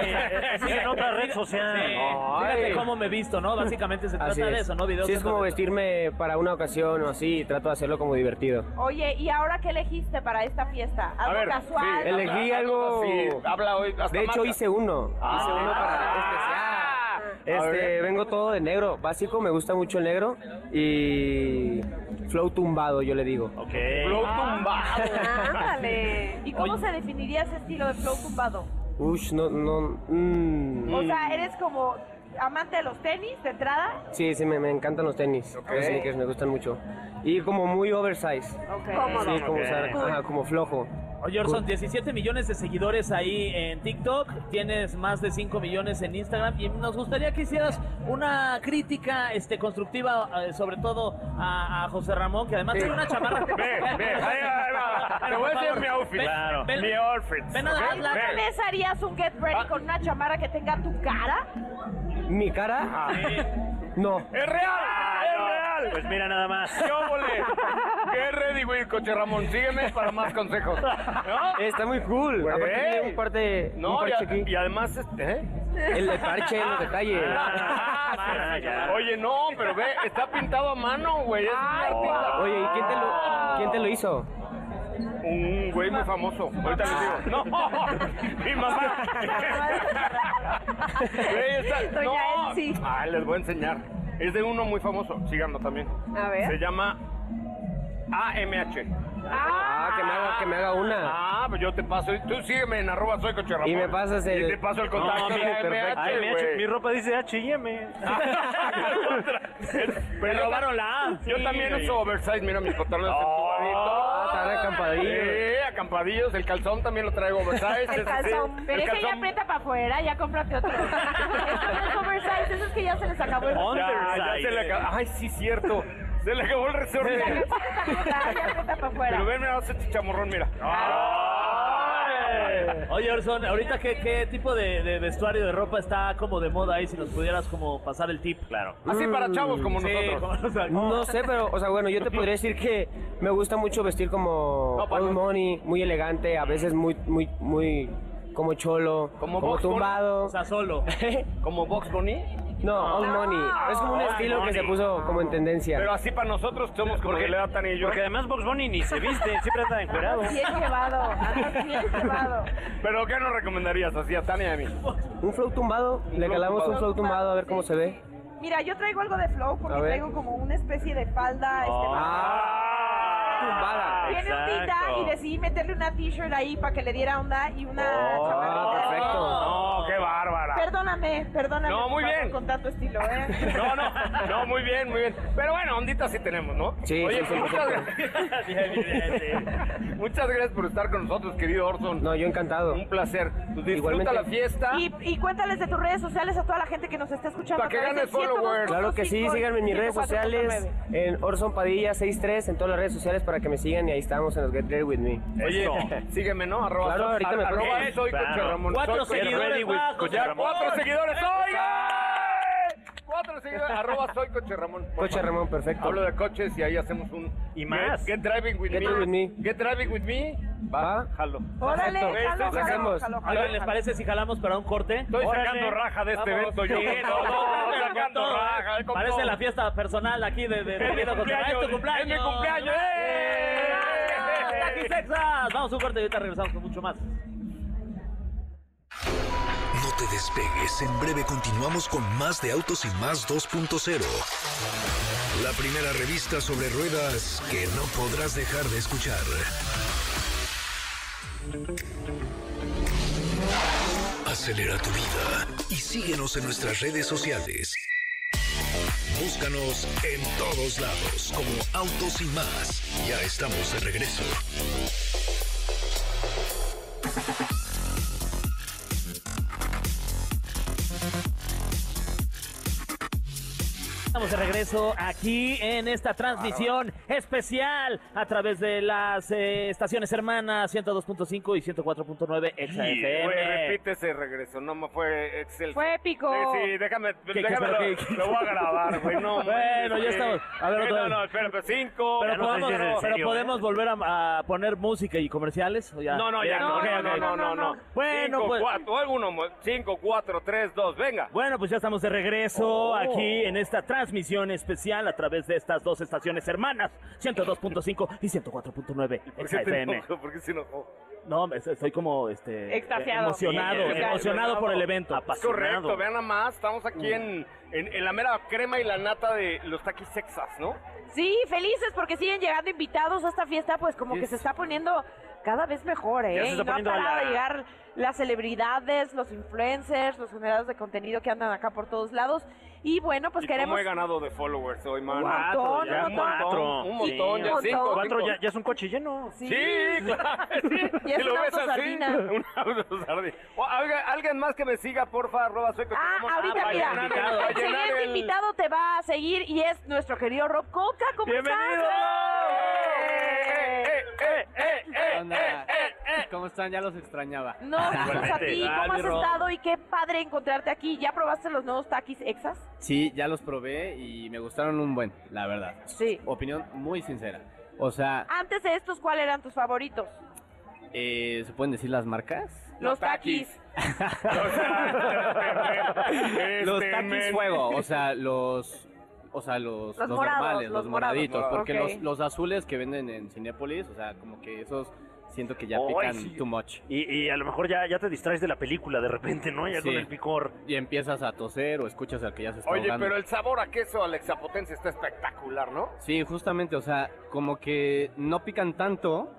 Eso Sí. es en otra red social. Sí. Fíjate Ay. cómo me he visto, ¿no? Básicamente se trata Así de es. eso, ¿no? Videos Sí, es dentro como de- vestirme para una ocasión o así, y trato de hacerlo como divertido. Oye, ¿y ahora qué elegiste para esta fiesta? ¿Algo casual? Elegí algo. Sí, habla hoy. hasta de hecho, marca. hice uno. Ah. hice uno Ah. para especial. Este, vengo todo de negro. Básico, me gusta mucho el negro. Y. Flow tumbado, yo le digo. Ok. Flow tumbado. [LAUGHS] Ándale. ¿Y cómo se definiría ese estilo de flow tumbado? Ush, no, no. mm. O sea, eres como amante de los tenis de entrada. Sí, sí, me, me encantan los tenis. Los sneakers me gustan mucho. Y como muy oversize. Cómodo. Sí, como, Ok. usar- ajá, como flojo. Oye, Orson, 17 millones de seguidores ahí en TikTok, tienes más de 5 millones en Instagram y nos gustaría que hicieras una crítica este, constructiva, eh, sobre todo a, a José Ramón, que además Sí. tiene una chamarra. Ve, ve, ahí va, ahí va. Te voy a enseñar mi outfit. Claro. Mi outfit. Ven a ¿ok? dar ¿Alguna Ve. vez harías un get ready con una chamarra que tenga tu cara? ¿Mi cara? [LAUGHS] No. ¡Es real! Ah, ¡Es real! Pues mira nada más. ¡Qué óvole! ¡Qué ready, güey, coche Ramón! Sígueme para más consejos. ¿No? Eh, Está muy cool. Güey. Aparte tiene un parte, un No, y, parche a- aquí. y además, este, ¿eh? Ah, El de parche, los detalles. Ah, Oye, no, pero ve, está pintado a mano, güey. Es un artista. Oye, ¿y quién te lo, quién te lo hizo? Un güey muy famoso. Ahorita les digo. ¡No! ¡Mi mamá! Güey, está- ¡No! Ah, les voy a enseñar. Es de uno muy famoso. Síganlo también. A ver. Se llama AMH. Ah, que me haga, que me haga una. Ah, pues yo te paso. Tú sígueme en arroba soy coche Ramón. Y me pasas el- Y te paso el contacto No, de mira, perfecto. AMH, güey. Mi ropa dice H&M. [LAUGHS] Pero robaron la A. Yo Sí, también güey. Oh. uso oversize, mira mis pantalones acentuaditos. Ah, están acampadillos. Sí, acampadillos, el calzón también lo traigo oversize. ese sí. El calzón. Pero El ese ya calzón- aprieta para afuera, ya cómprate otro. Esos oversize, esos que ya se les acabó el Ya, ya Underside. se le acabó. Ay, sí, cierto. Se le acabó el resorte. [LAUGHS] Ya aprieta para Pero afuera. ven, mira, ese chichamorrón, mira. Ah. [LAUGHS] Oye, Orson, ahorita qué, qué tipo de, de vestuario, de ropa está como de moda ahí, si nos pudieras como pasar el tip. Claro. Así Ah, para chavos como Sí, nosotros. como- o sea, como- No sé, pero, o sea, bueno, yo te podría decir que me gusta mucho vestir como No, para old no. money, muy elegante, a veces muy, muy, muy, como cholo, Como como, Box Bunny. tumbado. o [LAUGHS] sea, solo. Como Box Bunny. No, old money. Es como un Old estilo money. que se puso como en tendencia. Pero así para nosotros somos como que le da tan y yo. Porque además Box Bunny ni se viste, siempre anda encuerado. Bien llevado, [LAUGHS] andas bien llevado. Pero ¿qué nos recomendarías así a Tania y a mí? Un flow tumbado, le flow calamos tumbado. un flow tumbado a ver cómo se ve. Mira, yo traigo algo de flow porque A ver. traigo como una especie de Ah, falda. Este, Ah, Tumbada. Tiene ondita exacto. y decidí meterle una t-shirt ahí para que le diera onda y una chamarrita. perfecto. Oh, No, qué bárbara. Perdóname, perdóname. No, muy por favor, bien. Con tanto estilo, ¿eh? No, no, no, muy bien, muy bien. Pero bueno, ondita sí tenemos, ¿no? Sí, Oye, sí, sí, muchas, [LAUGHS] gracias. muchas gracias por estar con nosotros, querido Orson. No, yo encantado. Un placer. Pues disfruta [LAUGHS] Igualmente. la fiesta. Y, y cuéntales de tus redes sociales a toda la gente que nos está escuchando. Para que a través ganes del followers. Claro que sí, 102.5, síganme en mis redes 104.9. sociales, en Orson Padilla 63, en todas las redes sociales para que me sigan y ahí estamos en los Get Ready With Me. Oye, Eso. [LAUGHS] sígueme, ¿no? Arroba, Claro, soy- ahorita me arroba cuentas. soy Claro. Coche Ramón. Soy Cuatro Coche seguidores Ready with más, Coche Ya Ramón. cuatro seguidores. ¡Oiga! Cuatro seguidores. Arroba soy Coche Ramón. por Coche favor. Ramón, perfecto. Hablo de coches y ahí hacemos un... Y más. Get, Get driving with Get me. Driving with me. Get driving with me. Va, ¿Ah? Va. jalo. [LAUGHS] Órale, Perfecto. jalo, Lo jalo, hacemos. jalo, jalo, Oigan, ¿les jalo. parece si jalamos para un corte? Estoy Órale. sacando raja de este Vamos. evento. [LAUGHS] yo. Sí, no, no, sacando todo, ¿eh? raja. con Parece todo. la fiesta personal aquí de, de, de Es mi Pido Cotorreo. cumpleaños, ¡Es tu cumpleaños! es mi cumpleaños, ¡eh! Gracias, Taquis Texas. Vamos a un corte y ahorita regresamos con mucho más. No te despegues, en breve continuamos con más de Autos y Más 2.0. La primera revista sobre ruedas que no podrás dejar de escuchar. Acelera tu vida y síguenos en nuestras redes sociales. Búscanos en todos lados como Autos y más. Ya estamos de regreso. Estamos de regreso aquí en esta transmisión especial a través de las eh, estaciones hermanas 102.5 y 104.9 Sí, güey, XFM. repite ese regreso, no me fue Excel. Eh, Fue épico. sí, déjame, ¿Qué, qué, déjame, qué, lo, qué? lo voy a grabar, güey, no. [LAUGHS] Bueno, ya manches, estamos. A ver, güey. otra No, vez. no, espera, pero cinco. Pero Ya no sé podemos, si es en pero serio, ¿eh? podemos volver a, a poner música y comerciales. ¿o ya? No, no, ya, no, ok, no, ok. no, no, no, no. Bueno, cinco, pues. Cuatro, alguno, mo- cinco, cuatro, tres, dos, venga. Bueno, pues ya estamos de regreso Oh. aquí en esta transmisión especial a través de estas dos estaciones hermanas, 102.5 y 104.9 ¿Por qué, te XFM. enojó? ¿Por qué se oh. enojó? No, me- estoy como este Eh, Extasiado. emocionado, Sí, emocionado por el evento. Es correcto, vean nada más, estamos aquí en, en, en la mera crema y la nata de los taquis sexas, ¿no? Sí, felices porque siguen llegando invitados a esta fiesta, pues como que Yes. se está poniendo cada vez mejor, Ya se ¿eh? Y está no han poniendo parado la- de llegar las celebridades, los influencers, los generadores de contenido que andan acá por todos lados. Y bueno, pues ¿Y queremos... ¿Cómo he ganado de followers hoy, mano? Cuatro, Montón, ya, un montón, cuatro. Un montón, Sí, ya un cinco. montón. Cuatro cinco. ya- ya es un coche lleno. Sí, Sí. [LAUGHS] claro. sí. Y es Si lo una ves así, [LAUGHS] autosardina. una autosardina. O, oiga, alguien más que me siga, porfa, arroba sueco. Ah, ahorita para mira, llenar el- el, para llenar siguiente el- invitado te va a seguir y es nuestro querido Rob Coca. ¿Cómo ¡Bienvenido! Eh, estás? ¿Qué onda? [LAUGHS] ¿Cómo están? Ya los extrañaba. No, gracias Pues a ti. Igualmente. ¿Cómo Igual, has mi Rob. estado y qué padre encontrarte aquí? ¿Ya probaste los nuevos taquis exas? Sí, ya los probé y me gustaron un buen, la verdad. Sí. Opinión muy sincera. O sea, Antes de estos, ¿cuáles eran tus favoritos? eh, ¿se pueden decir las marcas? Los taquis. los Este, taquis men. fuego, o sea, los... O sea, los, Los los morados, normales, los los, moraditos. morados. Porque Ok. los, los azules que venden en Cinépolis, o sea, como que esos siento que ya Ay, pican sí. too much. Y, y a lo mejor ya, ya te distraes de la película de repente, ¿no? Ya con Sí. el picor. Y empiezas a toser o escuchas al que ya se está Oye, ahogando. pero el sabor a queso alexapotense está espectacular, ¿no? Sí, justamente, o sea, como que no pican tanto,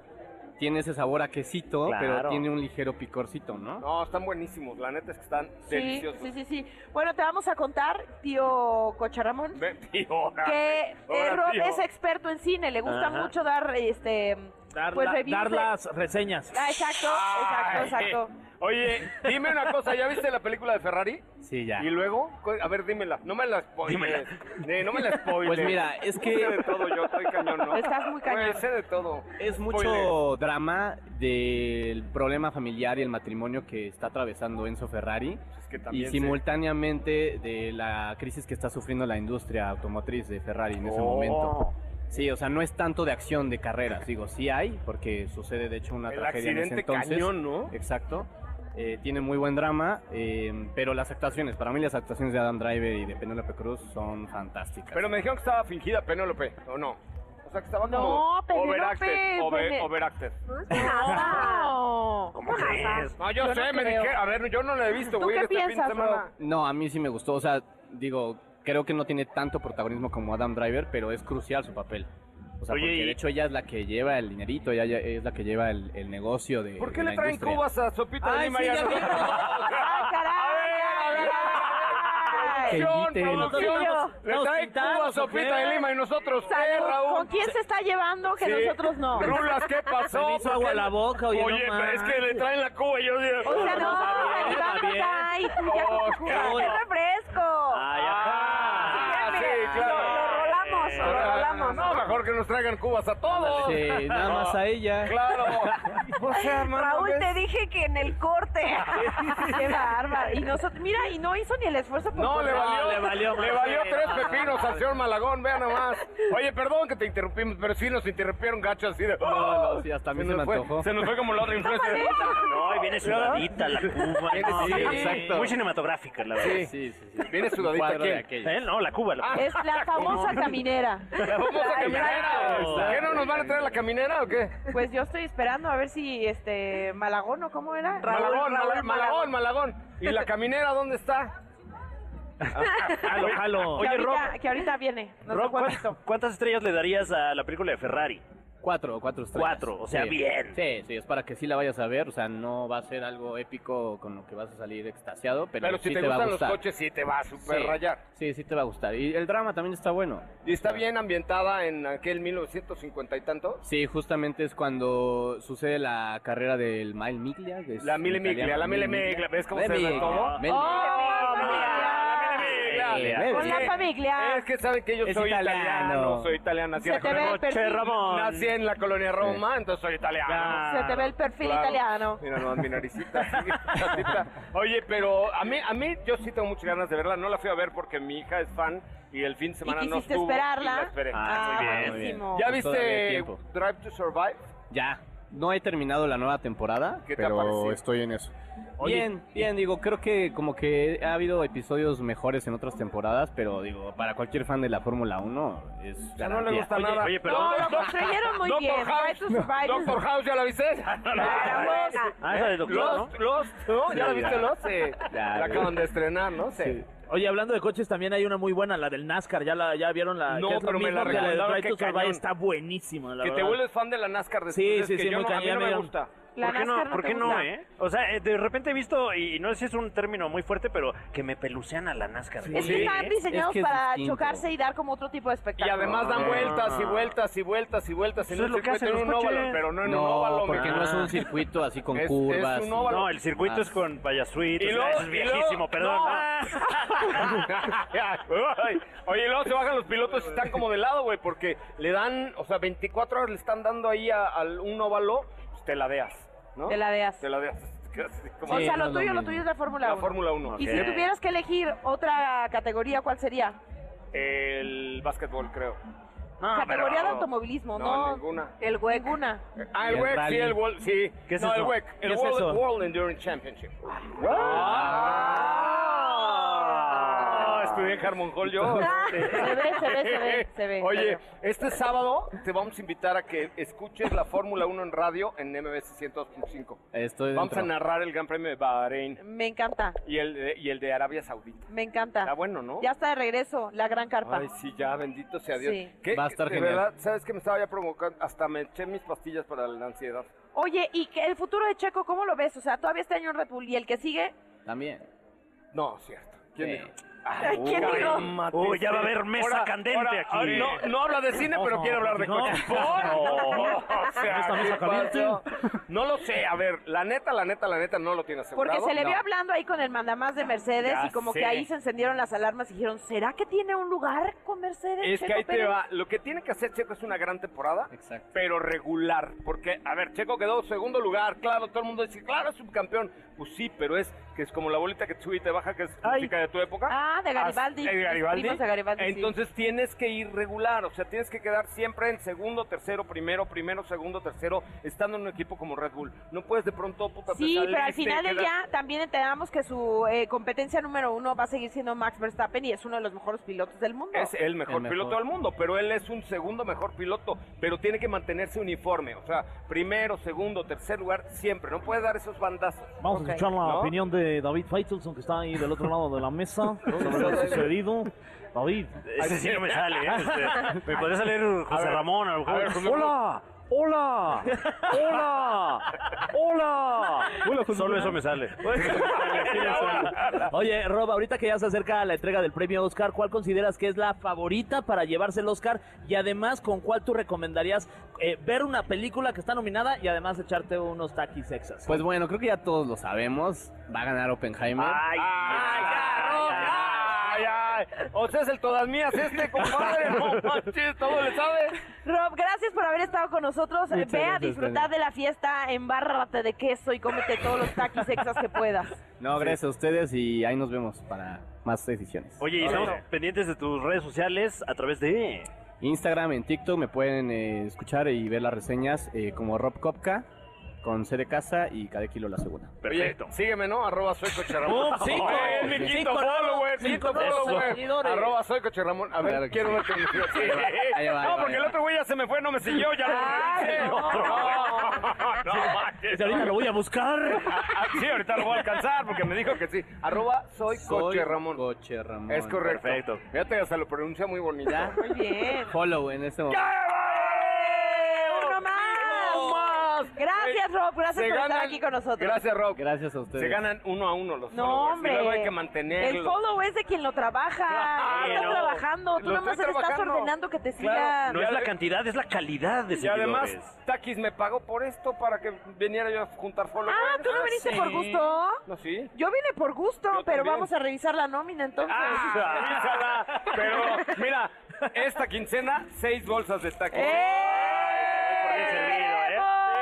tiene ese sabor a quesito, Claro. pero tiene un ligero picorcito, ¿no? No, están buenísimos, la neta es que están Sí, deliciosos. sí, sí, sí. Bueno, te vamos a contar, tío Cocharamón, Ve, [LAUGHS] tío, ahora, que ahora, eh, Rob tío. es experto en cine, le gusta Ajá. mucho dar, este, Dar, pues la- reviews dar de- las reseñas. Ah, exacto, exacto, Ay. eh, exacto. Oye, dime una cosa, ¿ya viste la película de Ferrari? Sí, ya. ¿Y luego? Co- A ver, dímela, no me la spoiles. Eh, no me la spoiles. Pues mira, es que- Sé de todo, yo estoy cañón, ¿no? Estás muy cañón. Güey, sé de todo. Es mucho drama del problema familiar y el matrimonio que está atravesando Enzo Ferrari Pues que y también sé. simultáneamente de la crisis que está sufriendo la industria automotriz de Ferrari en ese Oh. momento. Sí, o sea, no es tanto de acción de carreras, digo, sí hay, porque sucede de hecho una El tragedia en ese accidente entonces. cañón, ¿no? Exacto. Eh, tiene muy buen drama, eh, pero las actuaciones, para mí las actuaciones de Adam Driver y de Penélope Cruz son fantásticas. Pero me dijeron que estaba fingida Penélope, ¿o no? O sea, que estaba No, como Penélope, overacted. Pene- Over, overacted. No. ¿Cómo crees? No, yo, sé, me dijeron. A ver, yo no la he visto, ¿Tú güey. qué este fin de piensas, semana. Rob? No, a mí sí me gustó, o sea, digo, creo que no tiene tanto protagonismo como Adam Driver, pero es crucial su papel. O sea, Oye, porque y- de hecho ella es la que lleva el dinerito, ella ya- es la que lleva el, el negocio de ¿Por qué de le la traen industria. cubas a Sopita de Ay, Lima sí, y a [LAUGHS] ya vi. nosotros no? Ay. Producción, quiten. producción, Nosotros Le nos traen pintamos, cubas a ¿o qué? Sopita de Lima y nosotros, ¿qué, Salud. Raúl? ¿Con quién se está llevando que Sí. nosotros no? Rulas, ¿qué pasó? Se me hizo ¿Por agua qué? la boca, oye, no es manches. que le traen la cuba y yo digo... O sea, Está no, bien, vamos está bien. ay, tú ya con tu Oscar. jugo, ¡Qué refresco! Ah, Ay, ajá. Sí, claro. Lo rolamos, lo Ah, rolamos. No, mejor que nos traigan cubas a todos. Sí, [LAUGHS] nada más a ella. Claro. [LAUGHS] O sea, mano, Raúl, ¿ves? te dije que en el [LAUGHS] corte. [LAUGHS] Qué bárbaro. Y nosotros, mira, y no hizo ni el esfuerzo por No, le correr. valió, Ah, le valió, tres pepinos al señor Malagón, vean nomás. Oye, perdón que te interrumpimos, pero sí nos interrumpieron gacho así de... No, no, sí, hasta a mí se, nos me fue, antojó. Se nos fue como la otra influencia. No, y viene sudadita la cuba. no, Sí, sí, exacto. Muy cinematográfica, la verdad. Sí, sí, sí. sí. Viene Un sudadita Ah, cuadro de aquí. aquellos. ¿Eh? No, la cuba. La... [LAUGHS] Es la famosa caminera. [LAUGHS] La famosa caminera. ¿Qué no nos van a traer la caminera o qué? Pues yo estoy esperando a ver si este Malagón o cómo era. Malagón, Malagón, Malagón, Malagón. ¿Y la caminera dónde está? Jalo, jalo. Oye, Oye, que Rob, ahorita, que ahorita viene. No sé Rob, cuándo. ¿cuántas, cuántas estrellas le darías a la película de Ferrari? Cuatro, cuatro estrellas. Cuatro, o sea, Sí. bien. Sí, sí, es para que sí la vayas a ver. O sea, no va a ser algo épico con lo que vas a salir extasiado, pero, Pero, si sí te, va a gustan los gustar. coches, sí te va a super Sí, rayar. Sí, sí te va a gustar. Y el drama también está bueno. Y está bien ambientada en aquel 1950 y tanto. Sí, justamente es cuando sucede la carrera del Mile Miglia. que es La Mille italiano, Miglia, la Mille Miglia, ¿ves cómo se ve todo? Mille ¡Oh, Miglia. Mille Miglia! Mille Oye, Miglia. familia. Es que saben que yo Es soy italiano. italiano. soy italiano. Nací en, Se la te ve colonia- el perfil. Nací en la colonia Roma, entonces soy italiano. Se te ve el perfil Claro. italiano. Mira nomás mi naricita. así, tantita. Oye, pero a mí, a mí yo sí tengo muchas ganas de verla. No la fui a ver porque mi hija es fan y el fin de semana no quisiste estuvo. y esperarla? la esperé. Ah, Ah, muy bien. buenísimo. ¿Ya Pues todavía hay viste tiempo. Drive to Survive? Ya, no he terminado la nueva temporada, ¿Qué te ha pero parecido? estoy en eso. Oye, bien, bien, digo, creo que como que ha habido episodios mejores en otras temporadas, pero digo, para cualquier fan de la Fórmula 1 es Ya no le garantía. gusta Oye, nada. oye, pero- No, lo construyeron muy Doctor bien. Drive House. to Survive. Doctor House, ¿ya la viste? Ah, esa de doctor, Lost, Lost, ¿no? Oh, ¿Ya la Sí, viste ya. Lost? [LAUGHS] Sí. Ya, la ya. acaban de estrenar, ¿no? Sí. Oye, hablando de coches, también hay una muy buena, la del NASCAR. ¿Ya, la, ya vieron la? No, que es lo pero me mismo la que de recomendaron, Drive qué to Survive, cañón. Está buenísima, la que te verdad. vuelves fan de la NASCAR después. Sí, es sí, que sí, yo muy no, a mí cañón, no me ya. gusta. La ¿Por qué no, NASCAR no ¿por te qué no gusta. eh? O sea, eh, de repente he visto, y no sé si es un término muy fuerte, pero que me pelucean a la NASCAR. Es que Sí, están ¿eh? diseñados Es que es para distinto. chocarse y dar como otro tipo de Y espectáculo. además dan vueltas y vueltas y vueltas y vueltas. en Eso es un lo que circuito, hacen en los un óvalo, coches. pero no en un óvalo. No, porque mexicano. no es un circuito así con Es- es curvas. un y- óvalo. No, el circuito Ah. es con payasuitos. Y Y luego- eso es y luego- viejísimo, perdón. no. Ah, [LAUGHS] Ay, Oye, y luego se bajan los pilotos y están como de lado, güey, porque le dan, o sea, 24 horas le están dando ahí a, a un óvalo, pues te la deas, ¿no? Te la deas. Te la deas. Casi como- o sea, no lo es lo tuyo, lo mismo. tuyo es la Fórmula 1. La Fórmula 1. Y si tuvieras que elegir otra categoría, ¿cuál sería? El básquetbol, creo. categoría pero- de automovilismo, no, ¿no? ninguna. El E WEC. Ninguna. Ah, el el WEC, sí, rally. el World, sí. ¿Qué es no, el eso? WEC, el ¿Qué es World, eso? World Endurance Championship. Ah, Ah. estudié en Harmon Hall yo. Se ve, se ve, se ve, se ve. Oye, este sábado te vamos a invitar a que escuches la Fórmula 1 en radio en MBS 102.5. Estoy Vamos a dentro. narrar el Gran Premio de Bahrein Me encanta, y el de, y el de Arabia Saudita. me encanta. Está Ah, bueno, ¿no? Ya está de regreso, la gran carpa. Ay, sí, ya, bendito sea Dios. Sí. ¿Qué- Va a estar de genial. verdad, ¿sabes que me estaba ya provocando? Hasta me eché mis pastillas para la ansiedad. Oye, ¿y que el futuro de Checo cómo lo ves? O sea, todavía este año en Red Bull y el que sigue, También. No, cierto. ¿Quién Sí. dijo? Ah, Ay, ¿quién dijo? cálmate, Uy, ya va a haber mesa Ahora- candente ahora- aquí. ahora no, no habla de cine, pero quiere hablar de no. [LAUGHS] coches. ¿Por? O sea, Estamos ¿qué a caliente. pasó? No lo sé, a ver, la neta, la neta, la neta no lo tiene asegurado. porque se le vio No. hablando ahí con el mandamás de Mercedes Ya y como sé. que ahí se encendieron las alarmas y dijeron, ¿será que tiene un lugar con Mercedes? Es que Checo ahí te Pérez?" va. Lo que tiene que hacer Checo es una gran temporada, Exacto. pero regular. Porque, a ver, Checo quedó segundo lugar, claro, todo el mundo dice, claro, es subcampeón. Pues sí, pero es que es como la bolita que sube y te baja, que es Ay. música de tu época. Ah, de Garibaldi. As- de Garibaldi. Primos de Garibaldi, sí. Entonces tienes que ir regular, o sea, tienes que quedar siempre en segundo, tercero, primero, primero, segundo, tercero, estando en un equipo como Red Bull. No puedes de pronto, puta, te Sí, pero al saliste, final del quedas- día también entendamos que su eh, competencia número uno va a seguir siendo Max Verstappen y es uno de los mejores pilotos del mundo. Es el mejor, El mejor. piloto del mundo, pero él es un segundo mejor piloto, pero tiene que mantenerse uniforme, o sea, primero, segundo, tercer lugar, siempre, no puede dar esos bandazos. Vamos Ok. a escuchar la ¿No? opinión de David Feitelson, que está ahí del otro lado de la [LAUGHS] mesa, sobre lo sucedido. David. Ese sí no me sale, [LAUGHS] ¿eh? Este, me podría salir José Ramón, a lo mejor. ¡Hola! ¡Hola! ¡Hola! ¡Hola! Solo eso me sale. [LAUGHS] Oye, Rob, ahorita que ya se acerca la entrega del premio Oscar, ¿cuál consideras que es la favorita para llevarse el Oscar? Y además, ¿con cuál tú recomendarías eh, ver una película que está nominada y además echarte unos taquis extras? Pues bueno, creo que ya todos lo sabemos. Va a ganar Oppenheimer. Ay, Ay, ya, no, ay, ay. O sea, es el todas mías este, compadre, no manches, todo le sabe. Rob, gracias por haber estado con nosotros. Ve Muchas a gracias, disfrutar de la fiesta, embárrate de queso y cómete todos los taquis extras que puedas. No, gracias a ustedes y ahí nos vemos para más decisiones. Oye, y estamos pendientes de tus redes sociales a través de... Instagram, en TikTok me pueden eh, escuchar y ver las reseñas eh, como Rob Kopka con C de casa y cada kilo la segunda. Perfecto. Oye, sígueme, ¿no? Arroba soy Coche Ramón. ¡Pum! Cinco. Oye, es mi quinto Cinco, follower, cinco, quinto cinco follower. seguidores. Arroba soy Coche Ramón. A ver, Claro que quiero sí. ver que me siga. Sí. Ahí va, ahí No, va, porque ahí el va. otro güey ya se me fue, no me siguió, ya Ay, lo no. [LAUGHS] No, no manches. Pues ahorita lo voy a buscar. Ah, sí, ahorita lo voy a alcanzar porque me dijo que sí. Arroba soy, Coche Ramón. Coche Ramón. es correcto. Perfecto. Fíjate, hasta lo pronuncia muy bonito. Ya. Muy bien. Follow en este momento. Uno Gracias, Rob. Gracias Se por estar ganan- aquí con nosotros. Gracias, Rob. Gracias a ustedes. Se ganan uno a uno los No, followers, hombre. Y luego hay que El mantenerlo. follow es de quien lo trabaja. Estás Claro. trabajando. Tú Lo nomás estoy le estás trabajando. ordenando que te sigan. Claro, No es la cantidad, es la calidad de Y además, seguidores. Takis me pagó por esto para que viniera yo a juntar followers. Ah, ¿tú no viniste por gusto? No, sí. Yo vine por gusto, pero también. vamos a revisar la nómina entonces. Ah, avísala. Pero mira, esta quincena, seis bolsas de Takis. ¡Eh! ¡Eh, Ah.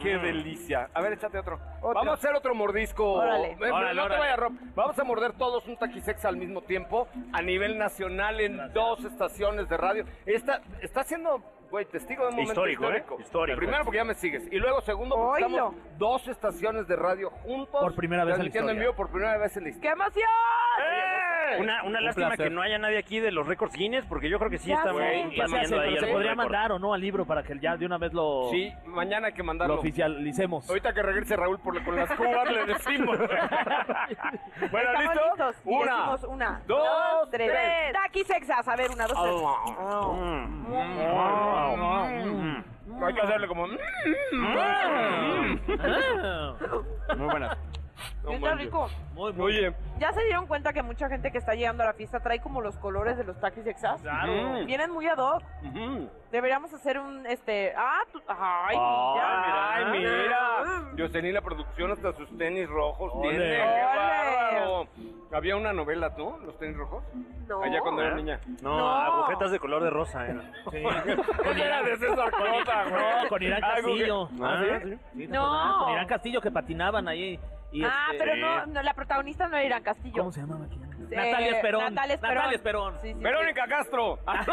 ¡Qué delicia! A ver, échate otro. Vamos a hacer otro mordisco. Órale. Eh, pero Órale, no te órale. vayas, Rob. Vamos a morder todos un taquisex al mismo tiempo a nivel nacional en dos estaciones de radio. Esta está siendo, güey, testigo de un momento Histórico, histórico. ¿eh? Histórico. Primero porque ya me sigues. Y luego, segundo, porque Oílo. estamos dos estaciones de radio juntos. Por primera vez en la transmitiendo en historia. ¡Eh! vivo por primera vez en la historia. ¡Eh! ¡Qué emoción! Una, una Un lástima placer. que no haya nadie aquí de los récords Guinness, porque yo creo que sí Ya estamos sé. Ya se hace, batiendo ahí pero se algún podría récord. mandar o no al libro para que ya de una vez lo, Sí, mañana hay que mandarlo. lo oficialicemos. Ahorita que regrese Raúl por la- con las cubas le [LAUGHS] decimos. bueno, Estamos ¿listo? listos. Y Una, decimos una, dos, tres. tres. Taquis sexas. A ver, una, dos, tres. Hay que hacerle como. mm, Muy buenas. no Mm. Está manches. rico. Oye, ¿Ya se dieron cuenta que mucha gente que está llegando a la fiesta trae como los colores de los taquis sexas? Claro. Vienen muy ad hoc. ujú. Deberíamos hacer un, este... Ah, tú- Ay, Ah, mira. Ay, mira. Yo tenía la producción hasta sus tenis rojos. Ole. Tiene, qué Ole. bárbaro. Había una novela, ¿no? Los tenis rojos. No. Allá cuando era niña. No, No. agujetas de color de rosa. ¿eh? era de César Cota, güey. No, con Irán Algo que- Castillo. ¿Ah, sí? Sí, ¿te No. acordás? Con Irán Castillo que patinaban ahí. y ah, este- pero no, no, la protagonista no era Irán Castillo. ¿Cómo se llamaba? Natalia Esperón. Natalia Esperón. Natalia Esperón. Sí, sí, sí. Verónica Castro. Ah,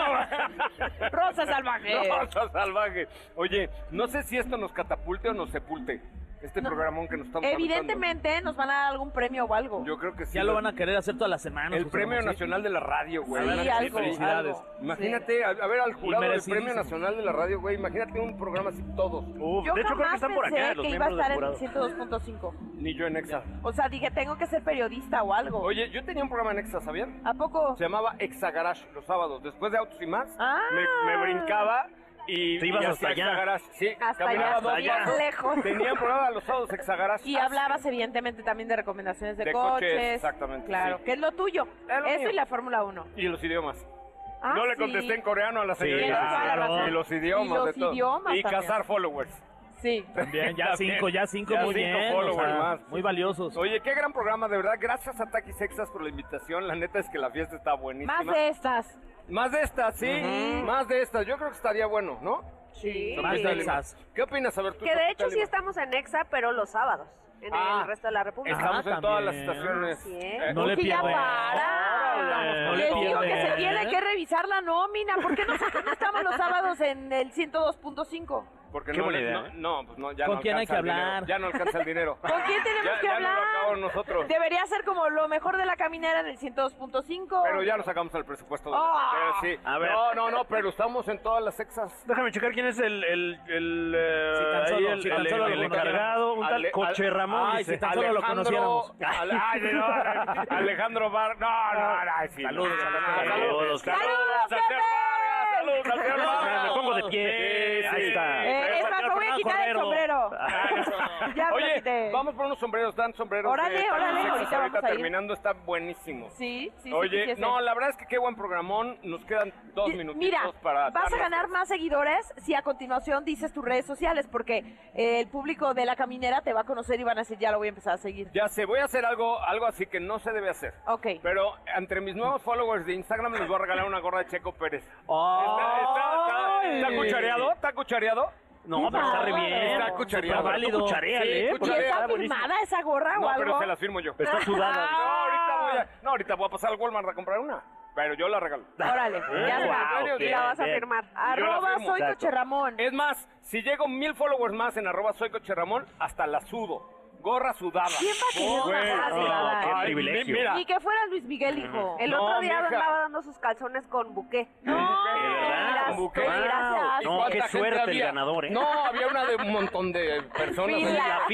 Rosa Salvaje. Rosa salvaje. Oye, no sé si esto nos catapulte o nos sepulte. Este programón que nos estamos Evidentemente nos van a dar algún premio o algo. aventando. Yo creo que sí. Ya lo van a querer hacer todas las semanas. El José Premio Ramón, ¿sí? Nacional de la Radio, güey. Sí, Imagínate, algo, felicidades. algo. Imagínate, a, a ver, al jurado del merecidísimo. Premio Nacional de la Radio, güey. Imagínate un programa así todos. Uf, Yo de hecho, creo que jamás están por acá pensé los que iba a miembros del estar en jurado. 102.5. Ni yo en Exa. O sea, dije, tengo que ser periodista o algo. Oye, yo tenía un programa en Exa, ¿sabían? ¿A poco? Se llamaba Exa Garage los sábados. Después de Autos y Más, Ah. me, me brincaba y. Te ibas y hasta hacía allá. Exa Garage. Sí, Hasta caminaba allá, dos bien pasos. lejos. Tenía un programa los sábados Exa Garage. Y hablabas evidentemente también de recomendaciones de, De coches, coches. exactamente, Claro, sí. que es lo tuyo. Es lo Eso mío. y la Fórmula 1. Y los idiomas. Ah, no le sí. contesté en coreano a la señorita. tienes toda la Claro. razón. Y los idiomas. Y los de todo. idiomas Y también. cazar followers. Sí. Bien, ya [LAUGHS] También. cinco, ya cinco, Ya muy cinco bien. followers o sea, más. Muy valiosos. Oye, qué gran programa, de verdad. Gracias a Taquis Extras por la invitación. La neta es que la fiesta está buenísima. Más de estas. Más de estas, sí. Más de estas. Yo creo que estaría bueno, ¿no? Sí. Sopita de limón. esas. ¿Qué opinas? A ver, tú. Que de Sopita hecho sí limón. estamos en EXA, pero los sábados, en Ah, el resto de la República. Estamos Ah, en todas las también. Ah, estaciones. Así es. Eh, No le Porque ya pierdas. para. No le Les digo que se pierdas. tiene que revisar la nómina. ¿Por qué nosotros no estamos los sábados en el 102.5? Porque Qué no, buena le- idea, no, ¿eh? no, pues no, ya ¿Con no quién hay alcanza que el dinero. hablar? Ya no alcanza el dinero. ¿Con quién tenemos Ya- que ya no lo hablar? acabamos nosotros. Debería ser como lo mejor de la caminera en el 102.5. Pero ya nos sacamos el presupuesto. de- Ah. Pero sí. A ver. No, no, no, pero estamos en todas las exas. Déjame checar quién es el, el, el, eh, Si tan solo- ahí el- si tan el- solo el lo conocieran. encargado, un tal Ale- Coche Ale- Ramón. Ay, dice. si tan solo lo conociéramos. Ale- ay, no, Alejandro Bar. No, no, no. sí. Saludos, Ah, saludos. saludos. Saludos, Santiago Vargas, Saludos, Saludos, Santiago Me, me Vargas. pongo de pie. Sí, Ahí sí. está. Eh, Ahí es está más, me voy a Fernando quitar el Cordero. sombrero. Ya me lo Ah, Oye, quité. vamos por unos sombreros, dan sombreros. Órale, de- órale, Taxi Sexas, ahorita vamos a ir. terminando está buenísimo. Sí, sí, sí. Oye, quisiese. no, la verdad es que qué buen programón. Nos quedan dos Di- minutitos Mira, para. vas a darnos- ganar más seguidores si a continuación dices tus redes sociales, porque eh, el público de la caminera te va a conocer y van a decir, ya lo voy a empezar a seguir. Ya sé, voy a hacer algo, algo así que no se debe hacer. Ok. Pero entre mis nuevos followers de Instagram les voy a regalar una gorra de Checo [LAUGHS] Pérez. Ay. ¿Está, está- está- está cuchareado? ¿Está cuchareado? No, pero está re bien. Está cuchareado. Súper válido. Cuchareale, Sí, eh, ¿Y cuchareale. está buenísimo. firmada esa gorra o No, algo? pero se las firmo yo. Está sudada. No, ahorita voy a, no, ahorita voy a pasar al Walmart a comprar una. Pero yo la regalo. [LAUGHS] Órale, ya está. Wow, Y bien, la vas a bien. firmar. la Arroba firmo. soy Exacto. Coche Ramón. Es más, si llego mil followers más en arroba soy coche Ramón, hasta la sudo. Gorra sudada. ¿Quién va a tener una Güey, Oh, gorra no, sudada? qué Ay, privilegio. Ni- Ni que fuera Luis Miguel, hijo. El No, otro día mija. andaba dando sus calzones con buqué. No, ¿Verdad? Como que- gracias. ¿Y No, cuánta qué gente suerte el había? ganador, ¿eh? No, había una de un montón de personas. Fila. en La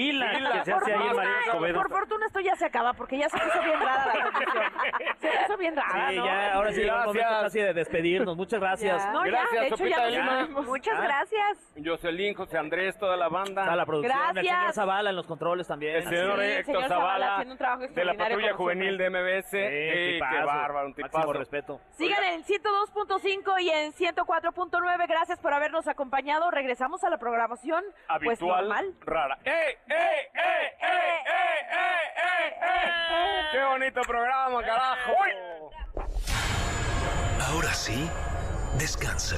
fila que se hace ahí en Por María favor. Escobedo. Por fortuna esto ya se acaba, porque ya se puso bien rara la conclusión. Se puso bien rara, Sí, ¿no? ya, ahora sí llegó el momento Gracias. casi de despedirnos. Muchas gracias. Ya. No, ya, Gracias, de hecho, Sopita ya de nos Lima. despedimos. Muchas Ah. gracias. Jocelyn, José Andrés, toda la banda. A la producción, el señor Gracias. Zavala en los controles también. El señor Así es. Héctor Zavala, de la patrulla juvenil de MBS. Sí, Sí, qué tipazo. bárbaro, un Máximo tipazo. respeto. Sigan en el 102.5 y en 104.9. Gracias por habernos acompañado. Regresamos a la programación pues Habitual, normal. rara. ¡Ey, ey, ey, ey, ey, ey, ey, ey! ¡Qué bonito programa, carajo! Ahora sí, descansa.